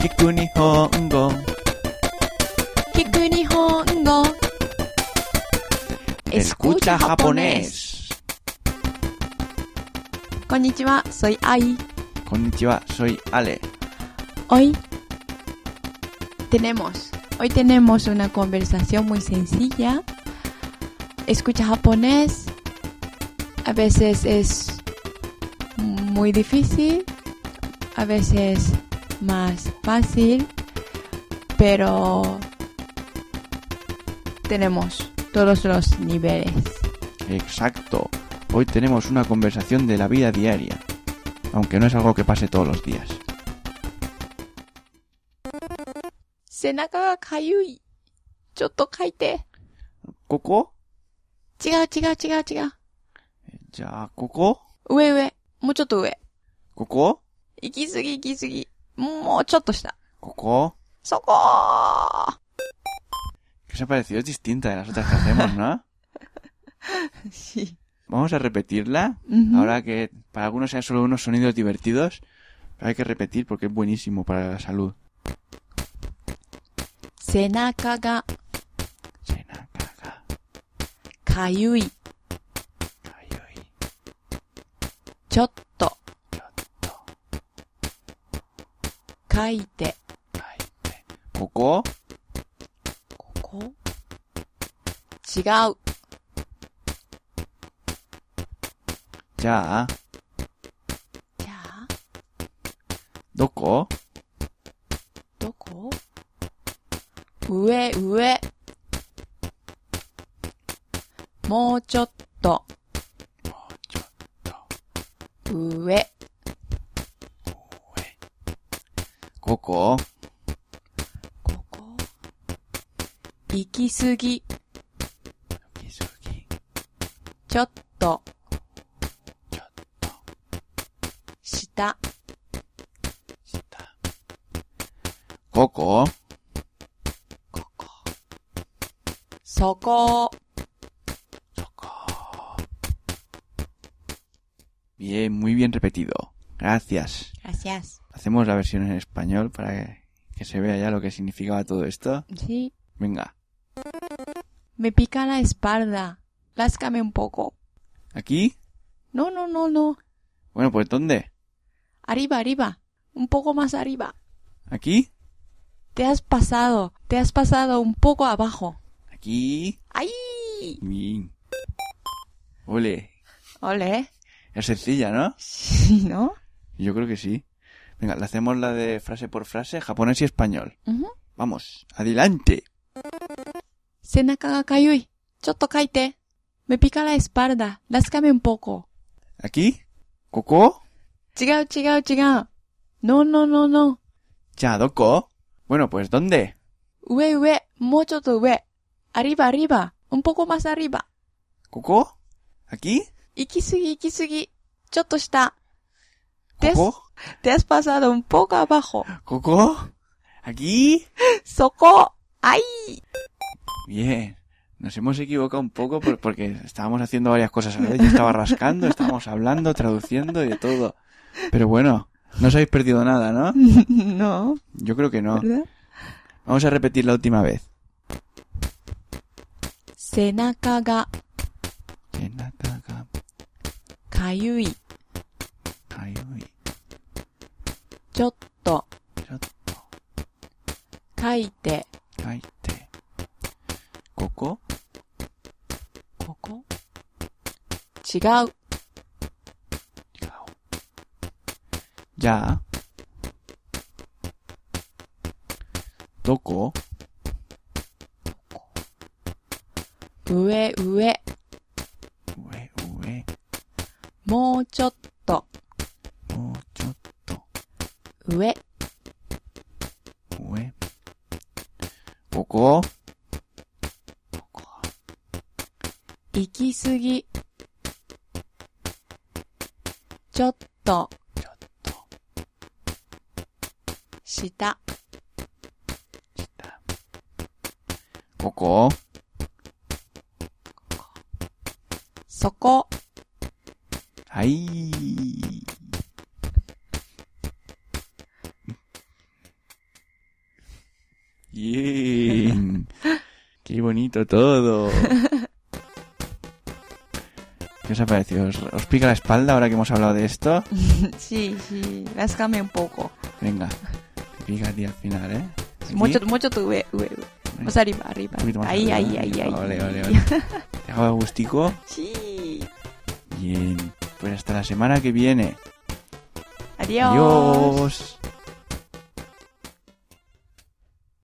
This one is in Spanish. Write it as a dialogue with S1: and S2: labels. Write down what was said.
S1: 聞く日本語
S2: 聞く日本語
S1: Escucha japonés
S2: こんにちは、soy Ai.
S1: こんにちは soy Ale
S2: Hoy tenemos, hoy tenemos una conversación muy sencilla. Escucha japonés. A veces es muy difícil, a veces más fácil, pero tenemos todos los niveles.
S1: exacto hoy tenemos una conversación de la vida diaria aunque no es algo que pase todos los días
S2: 背中がかゆい。ちょっと書いて。
S1: ここ
S2: 違う違う違う違う。
S1: じゃあここ
S2: 上上。もうちょっと上。
S1: ここ
S2: 行き過ぎ行き過ぎ。もうちょっと下。
S1: ここ
S2: そこー
S1: que se ha parecido es distinta de las otras que hacemos ¿no?
S2: し
S1: vamos a repetirla
S2: うんふん
S1: ahora que para algunos sean solo unos sonidos divertidos pero hay que repetir porque es buenísimo para la salud
S2: 背中が
S1: Senakaga,
S2: かゆい。
S1: kayoi,
S2: ちょっと。
S1: yotto,
S2: 書いて。
S1: kaite. ここ
S2: ここ違う。
S1: じゃあ
S2: じゃあ、
S1: どこ
S2: どこ上上。もうちょっと。
S1: ちょっと
S2: 上。
S1: ここ
S2: ここ。行き過ぎ。
S1: Yukizuki,
S2: ちょっと。
S1: ちょっと。
S2: 下。
S1: shita. ここ
S2: ここ。そこ。
S1: そこ Bien, muy bien repetido. Gracias.
S2: Gracias.
S1: Hacemos la versión en español para que, que se vea ya lo que significaba todo esto.
S2: Sí.
S1: Venga,
S2: Me pica la espalda. Láscame un poco.
S1: ¿aquí?
S2: No, no, no, no.
S1: Bueno, pues ¿dónde?
S2: Arriba, arriba. Un poco más arriba.
S1: ¿Aquí?
S2: Te has pasado. Te has pasado un poco abajo.
S1: Aquí.
S2: ¡Ay!
S1: Bien. Ole.
S2: Ole.
S1: Es sencilla, ¿no?
S2: Sí, ¿no?
S1: Yo creo que sí. Venga, la hacemos la de frase por frase, japonés y español.
S2: Ujú.
S1: Vamos, adelante.
S2: 背中がかゆい。ちょっと書いて。Me pica la espalda. Láscame un poco.
S1: ¿Aquí? ¿Coco?
S2: 違う違う違う。No, no, no, no.
S1: ¿Chadoko? Bueno, pues ¿dónde?
S2: 上上。もうちょっと上。arriba, arriba. Un poco más arriba.
S1: ¿Coco? ¿Aquí?
S2: 行き過ぎ行き過ぎ。ちょっと下。Des-
S1: ¿Coco?
S2: Te has pasado un poco abajo.
S1: ¿Coco? ¿Aquí?
S2: そこ。ay.
S1: Bien. Nos hemos equivocado un poco por- porque estábamos haciendo varias cosas a la vez. Yo estaba rascando, estábamos hablando, traduciendo y de todo. Pero bueno, no os habéis perdido nada, ¿no?
S2: No,
S1: Yo creo que no.
S2: ¿verdad?
S1: Vamos a repetir la última vez.
S2: 背中が
S1: Kenataka
S2: かゆい。
S1: kayoi
S2: ちょっと
S1: chotto
S2: 書いて。
S1: kaite. ¿Coco?
S2: ここ違う。
S1: Chao. Ya. Toco.
S2: 上上。
S1: Ue, ue.
S2: もうちょっと。
S1: Mocho.
S2: 上。
S1: Ue. Coco.
S2: 行き過ぎ。ちょっと。
S1: ちょっと
S2: 下。
S1: Chita. Coco.
S2: そこ。
S1: Ay. Bien. Qué bonito todo. ¿Qué os ha parecido? ¿Os, os pica la espalda ahora que hemos hablado de esto?
S2: Sí, sí, rascame un poco.
S1: Venga, te pica a ti al final, ¿eh? Aquí,
S2: Mucho, mucho tu ue- ue- ue. Más arriba, arriba.
S1: un poquito más
S2: Ahí, ahí,
S1: arriba.
S2: ahí, ahí.
S1: Ole, ole, ole. ¿Te hago gustico?
S2: Sí.
S1: Bien. Pues hasta la semana que viene.
S2: Adiós.
S1: Adiós.